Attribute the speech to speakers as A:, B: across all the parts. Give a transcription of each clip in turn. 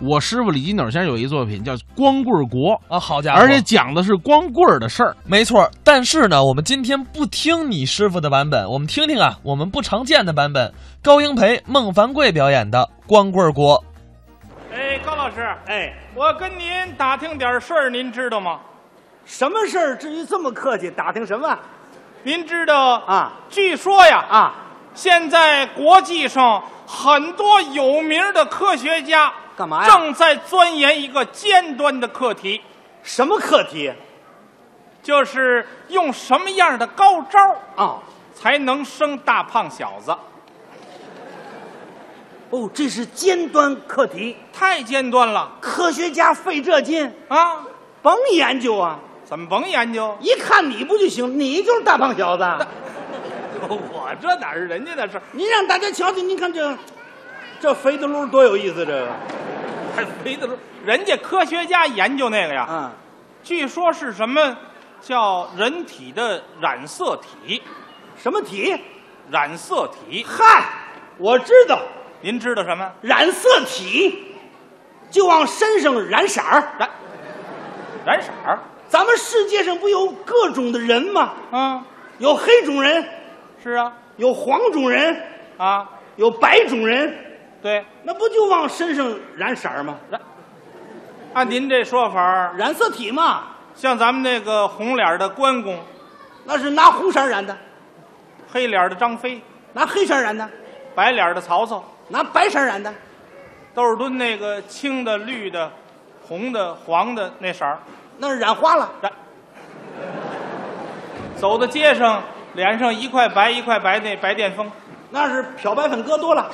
A: 我师傅李金斗先生有一作品叫《光棍国》，
B: 啊，好家伙！
A: 而且讲的是光棍儿的事儿。
B: 没错，但是呢，我们今天不听你师傅的版本，我们听听啊，我们不常见的版本，高英培、孟凡贵表演的《光棍国》。
C: 哎，高老师，
D: 哎，
C: 我跟您打听点事儿，您知道吗？
D: 什么事儿至于这么客气？打听什么
C: 您知道
D: 啊？
C: 据说呀，
D: 啊？
C: 现在国际上很多有名的科学家
D: 干嘛呀
C: 正在钻研一个尖端的课题，
D: 什么课题？
C: 就是用什么样的高招
D: 哦
C: 才能生大胖小子？
D: 哦，这是尖端课题，
C: 太尖端了
D: 科学家费这劲，
C: 啊！
D: 甭研究啊！
C: 怎么甭研究？
D: 一看你不就行？你就是大胖小子，
C: 我这哪是人家的事儿？
D: 你让大家瞧瞧，你看这，这肥的噜多有意思，这个
C: 还肥的路，人家科学家研究那个呀，
D: 啊，
C: 据说是什么叫人体的染色体？
D: 什么体？
C: 染色体，
D: 嗨，我知道，
C: 您知道什么？
D: 染色体，就往身上染色儿。
C: 染染色儿
D: 咱们世界上不有各种的人吗？
C: 啊？
D: 有黑种人，
C: 是啊，
D: 有黄种人，
C: 啊，
D: 有白种人，
C: 对，
D: 那不就往身上染色儿吗？
C: 按您这说法儿，
D: 染色体嘛，
C: 像咱们那个红脸儿的关公，
D: 那是拿红色儿染的，
C: 黑脸儿的张飞，
D: 拿黑色儿染的，
C: 白脸儿的曹操，
D: 拿白色儿染的，
C: 窦士敦那个青的、绿的、红的、黄的那色儿，
D: 那是染花了。
C: 走到街上，脸上一块白一块白，那白癜风
D: 那是漂白粉搁多了，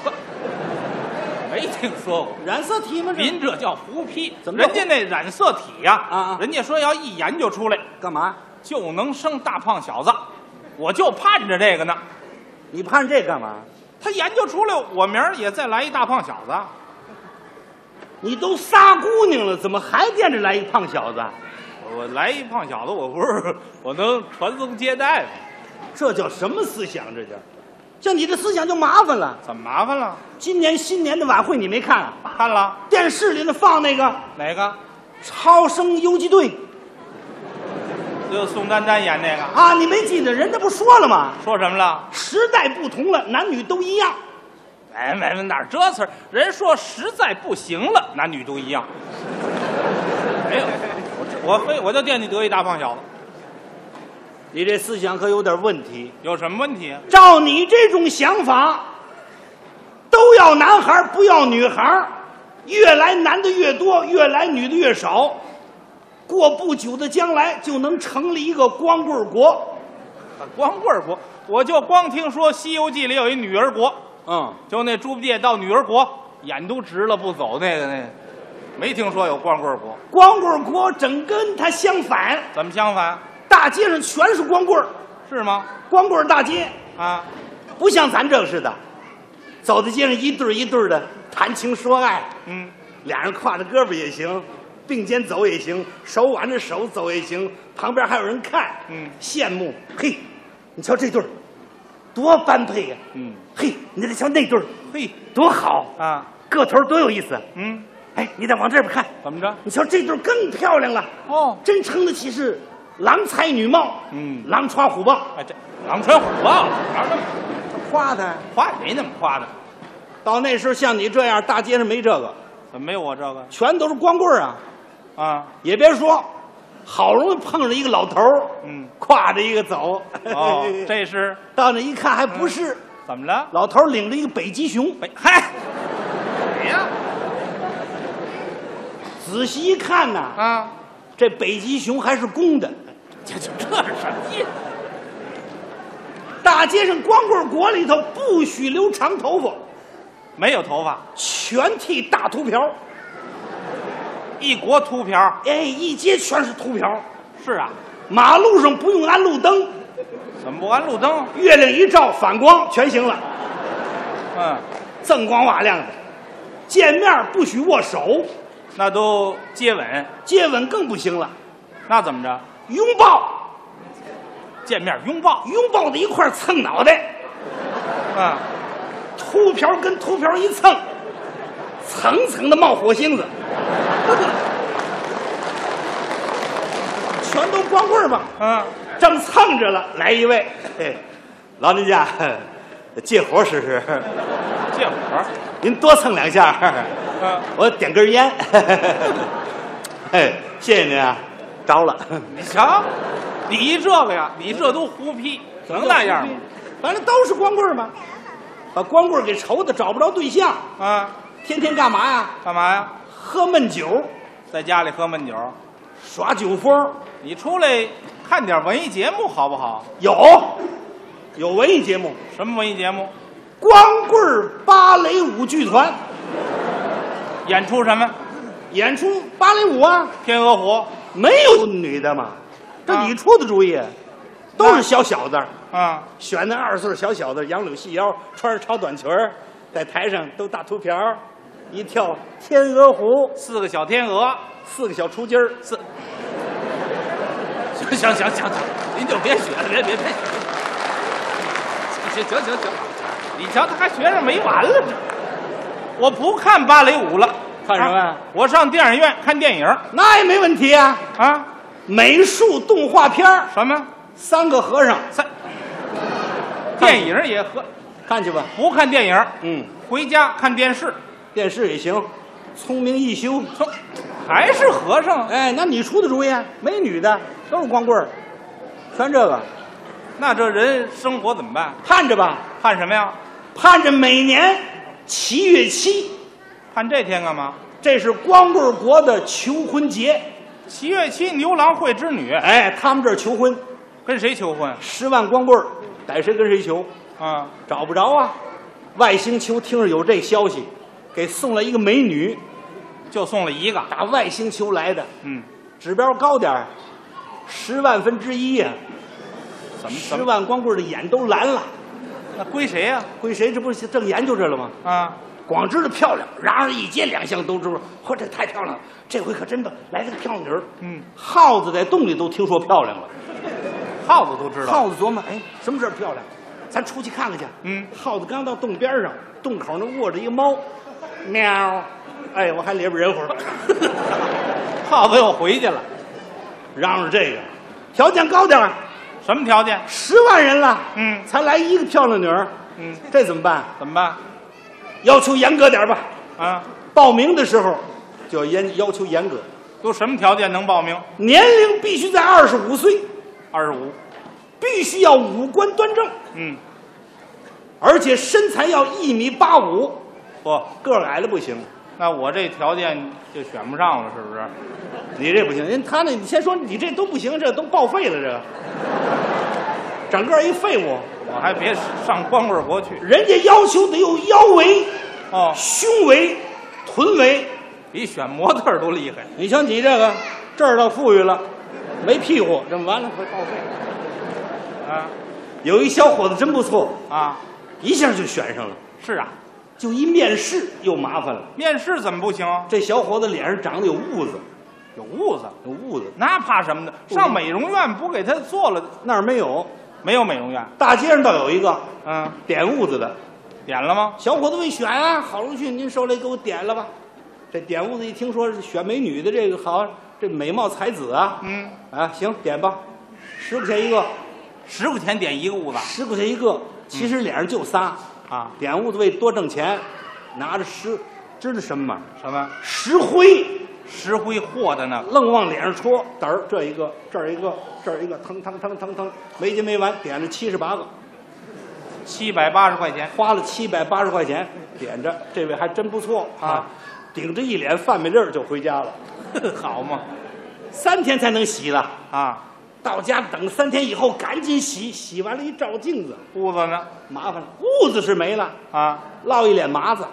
C: 没听说过。
D: 染色体吗？这
C: 您这叫胡批，
D: 怎么叫
C: 人家那染色体呀、
D: 啊啊
C: 人家说要一研究出来
D: 干嘛？
C: 就能生大胖小子，我就盼着这个呢。
D: 你盼这干嘛？
C: 他研究出来，我明儿也再来一大胖小子。
D: 你都仨姑娘了，怎么还惦着来一胖小子？
C: 我来一胖小子，我不是我能传宗接代吗？
D: 这叫什么思想？这叫，像你这思想就麻烦了。
C: 怎么麻烦了？
D: 今年新年的晚会你没看啊？
C: 看了
D: 电视里头放那个
C: 哪个？
D: 超生游击队
C: 就宋丹丹演那个，
D: 啊，你没记得？人家不说了吗？
C: 说什么了？
D: 时代不同了，男女都一样。
C: 哎，没没哪儿这词儿？人说实在不行了，男女都一样。没有，我这我非我就惦记得一大胖小子，
D: 你这思想可有点问题。
C: 有什么问题啊？
D: 照你这种想法，都要男孩儿不要女孩儿，越来男的越多，越来女的越少。过不久的将来就能成立一个光棍国。
C: 啊光棍儿国，我就光听说《西游记》里有一女儿国，
D: 嗯，
C: 就那猪八戒到女儿国，眼都直了不走那个那个，没听说有光棍儿国。
D: 光棍国整跟它相反，
C: 怎么相反？
D: 大街上全是光棍儿，
C: 是吗？
D: 光棍儿大街。
C: 啊，
D: 不像咱这似的，走在街上一对儿一对儿的谈情说爱，
C: 嗯，
D: 俩人挎着胳膊也行，并肩走也行，手挽着手走也行，旁边还有人看，
C: 嗯
D: 羡慕。嘿，你瞧这对儿多般配呀、
C: 嗯，
D: 嘿，你再瞧那对儿
C: 嘿，
D: 多好，
C: 啊，
D: 个头多有意思。
C: 嗯，
D: 哎，你再往这边看，
C: 怎么着？
D: 你瞧这对儿更漂亮了，
C: 哦，
D: 真称得起是郎才女貌。
C: 嗯
D: 狼穿虎豹，
C: 哎，这狼穿虎豹，哪儿那么
D: 夸他。
C: 夸也没那么夸的？
D: 到那时候像你这样，大街上没这个，
C: 怎么没有我这个
D: 全都是光棍儿啊。
C: 啊？
D: 也别说，好容易碰上一个老头儿，
C: 嗯，
D: 挎着一个走。
C: 哦，嗯这是
D: 到那一看还不是，
C: 怎么了？
D: 老头儿领着一个北极熊，
C: 没嗨，谁呀？
D: 仔细一看呐，
C: 啊，
D: 这北极熊还是公的。
C: 这这这是什么意思？
D: 大街上光棍国里头不许留长头发，
C: 没有头发，
D: 全剃大秃瓢。
C: 一国秃瓢。
D: 哎，一街全是秃瓢，
C: 是啊，
D: 马路上不用安路灯，
C: 怎么不安路灯？
D: 月亮一照反光全行了，
C: 嗯，
D: 锃光瓦亮的。见面不许握手，
C: 那都接吻，
D: 接吻更不行了，
C: 那怎么着？
D: 拥抱
C: 见面拥抱，
D: 拥抱在一块儿蹭脑袋，
C: 嗯，
D: 秃瓢跟秃瓢一蹭，层层的冒火星子。 全都光棍儿吧？
C: 啊，
D: 正蹭着了，来一位， 嘿，老人家呵借火使使，
C: 借火，
D: 您多蹭两下，
C: 嗯
D: 我点根烟， 嘿，谢谢您啊，着了，
C: 你瞧，你这个呀，你这都胡批，能那样吗？？
D: 反正都是光棍儿嘛，把光棍儿给愁的找不着对象，
C: 啊，
D: 天天干嘛呀？
C: 干嘛呀？
D: 喝闷酒，
C: 在家里喝闷酒，
D: 耍酒疯，
C: 你出来看点文艺节目好不好？
D: 有有文艺节目，
C: 什么文艺节目？
D: 光棍儿芭蕾舞剧团
C: 演出什么？
D: 演出芭蕾舞啊，
C: 天鹅湖。
D: 没有女的嘛，这
C: 啊
D: 你出的主意，都是小小子儿，
C: 啊，
D: 选那二十岁小小子，杨柳细腰，穿着超短裙儿，在台上都大秃瓢儿，一跳天鹅湖，
C: 四个小天鹅，
D: 四个小雏鸡儿，
C: 四。行行行行，您就别学了，别别别学了。行行行行，你瞧他还学着没完了呢。我不看芭蕾舞了，
D: 看什么呀
C: 啊我上电影院看电影
D: 那也没问题啊。
C: 啊。
D: 美术动画片儿
C: 什么？
D: 三个和尚，
C: 三？电影也和
D: 看去吧。
C: 不看电影，
D: 嗯，
C: 回家看电视，
D: 电视也行，聪明一休。
C: 还是和尚啊。
D: 哎，那你出的主意啊，没女的，都是光棍儿，全这个，
C: 那这人生活怎么办？
D: 盼着吧，
C: 盼什么呀？
D: 盼着每年七月七，
C: 盼这天干嘛？
D: 这是光棍国的求婚节。
C: 七月七牛郎会织女，
D: 哎，他们这儿求婚，
C: 跟谁求婚？
D: 十万光棍儿，逮谁跟谁求，
C: 啊，
D: 找不着啊。外星球听着有这消息，给送来一个美女，
C: 就送了一个。
D: 打外星球来的，
C: 嗯，
D: 指标高点儿，十万分之一呀、
C: 嗯怎么怎
D: 十
C: 么？
D: 万光棍儿的眼都蓝了。
C: 那归谁呀、
D: 归谁？这不是正研究着了吗？
C: 啊？
D: 光知道漂亮，然而一接两项都知道，嚯，这太漂亮了！这回可真的来了个漂亮人儿。
C: 嗯，
D: 耗子在洞里都听说漂亮了。
C: 耗子都知道。
D: 耗子琢磨，哎，什么时候漂亮？咱出去看看去。
C: 嗯
D: 耗子刚到洞边上，洞口那卧着一个猫，喵，哎，我还咧巴人乎了，
C: 耗子又回去了。
D: 嚷嚷这个，条件高点儿，
C: 什么条件？
D: 十万人了，
C: 嗯
D: 才来一个漂亮女儿，
C: 嗯，
D: 这怎么办？
C: 怎么办？
D: 要求严格点儿吧。
C: 啊，
D: 报名的时候就要严要求严格。
C: 都什么条件能报名？
D: 年龄必须在二十五岁，
C: 二十五。
D: 必须要五官端正，
C: 嗯，
D: 而且身材要一米八五，
C: 不，
D: 个儿矮了不行。
C: 那我这条件就选不上了，是不是？
D: 你这不行，人他那，你先说你这都不行，这都报废了，这个，整个一废物。
C: 我还别上光棍国去。
D: 人家要求得有腰围、
C: 哦，
D: 胸围、臀围。
C: 比选模特儿都厉害。
D: 你瞧你这个，这儿倒富裕了，没屁股，这么完了会报废。
C: 啊
D: 有一小伙子真不错，
C: 啊，
D: 一下就选上了，
C: 是啊。
D: 就一面试又麻烦了。
C: 面试怎么不行？
D: 这小伙子脸上长得有痦子，
C: 有痦子，
D: 有痦子，
C: 那怕什么呢？上美容院不给他做了？
D: 那儿没有，
C: 没有美容院。
D: 大街上倒有一个
C: 嗯，
D: 点痦子的
C: 点了吗？
D: 小伙子问选啊，郝荣旭，您受累给我点了吧。这点痦子一听说是选美女的这个好，这美貌才子啊，
C: 嗯，
D: 啊行点吧，十块钱一个，
C: 十块钱点一个痦子
D: 十块钱一个，其实脸上就仨，
C: 啊？
D: 点痦子为多挣钱，拿着十，知道什么吗？
C: 什么？
D: 石灰。
C: 石灰和的那个？
D: 愣往脸上戳，嘚儿这一个，这儿一个，这儿一个，腾腾腾腾腾，没完没完，点了七十八个，
C: 七百八十块钱。
D: 花了七百八十块钱点着，这位还真不错
C: 啊，
D: 顶着一脸饭没粒儿就回家了，
C: 好嘛
D: 三天才能洗了。
C: 啊，
D: 到家等三天以后赶紧洗，洗完了，一照镜子，
C: 痦子呢？
D: 麻烦了，痦子是没了，
C: 啊，
D: 落一脸麻子。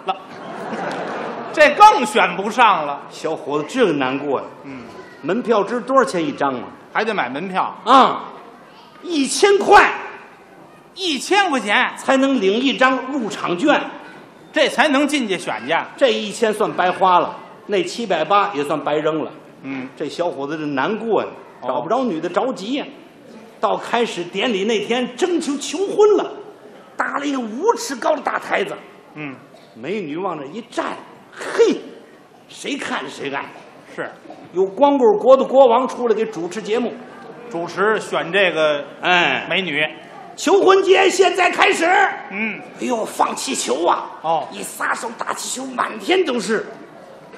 C: 这更选不上了，
D: 小伙子这个难过呀，
C: 嗯，
D: 门票知多少钱一张吗？
C: 还得买门票，
D: 啊，一千块
C: 一千块钱，
D: 才能领一张入场券，
C: 这才能进去选去。
D: 这一千算白花了，那七百八也算白扔了。
C: 嗯，
D: 这小伙子这难过呀，
C: 哦
D: 找不着女的着急呀。到开始典礼那天，征求求婚了，搭了一个五尺高的大台子，
C: 嗯，
D: 美女往那一站，嘿，谁看谁爱。
C: 是
D: 有光棍国的国王出来给主持节目，
C: 主持选这个
D: 哎，
C: 美女，
D: 求婚节现在开始。哎
C: 嗯，
D: 呦，放气球啊！
C: 哦
D: 一撒手打气球，满天都是，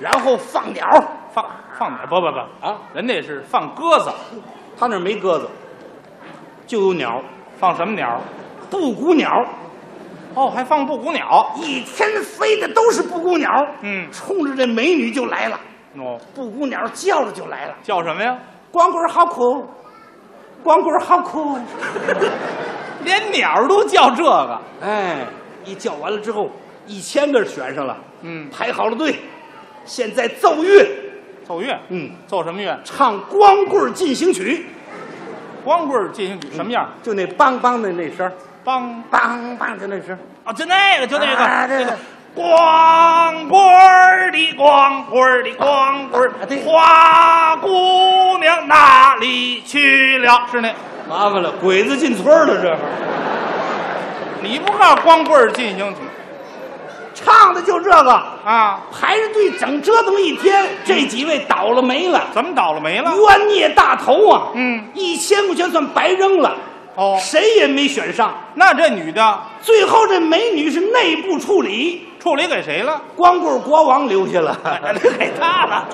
D: 然后放鸟。
C: 放放哪儿？不不不
D: 啊，
C: 人那是放鸽子，
D: 他那儿没鸽子，就有鸟，
C: 放什么鸟？
D: 布谷鸟，
C: 哦，还放布谷鸟。
D: 一天飞的都是布谷鸟。
C: 嗯
D: 冲着这美女就来了，
C: 哦，
D: 布谷鸟叫着就来了。
C: 叫什么呀？
D: 光棍儿好苦，光棍儿好苦。
C: 连鸟都叫这个。
D: 哎，一叫完了之后，一千个选上了，
C: 嗯，
D: 排好了队，现在奏乐，
C: 奏乐。
D: 嗯，
C: 奏什么乐？
D: 唱《光棍进行曲
C: 光棍儿进行曲什么样？》，
D: 就那梆梆的那声，
C: 梆
D: 梆梆就那声，
C: 啊，就那个，就那
D: 啊
C: 个，
D: 对
C: 这
D: 对
C: 个光棍儿的光棍儿的光棍
D: 啊对
C: 儿，花姑娘哪里去了？是那，
D: 麻烦了，鬼子进村儿了，这会儿
C: 你不告诉光棍儿进行曲
D: 唱的就这个，
C: 啊？
D: 排着队整折腾一天，这几位倒了霉嗯了，
C: 怎么倒了霉了？
D: 冤孽大头啊！
C: 嗯，
D: 一千块钱算白扔了，
C: 哦，
D: 谁也没选上。
C: 那这女的
D: 最后这美女是内部处理，
C: 处理给谁了？
D: 光棍国王留下了。
C: 给他了。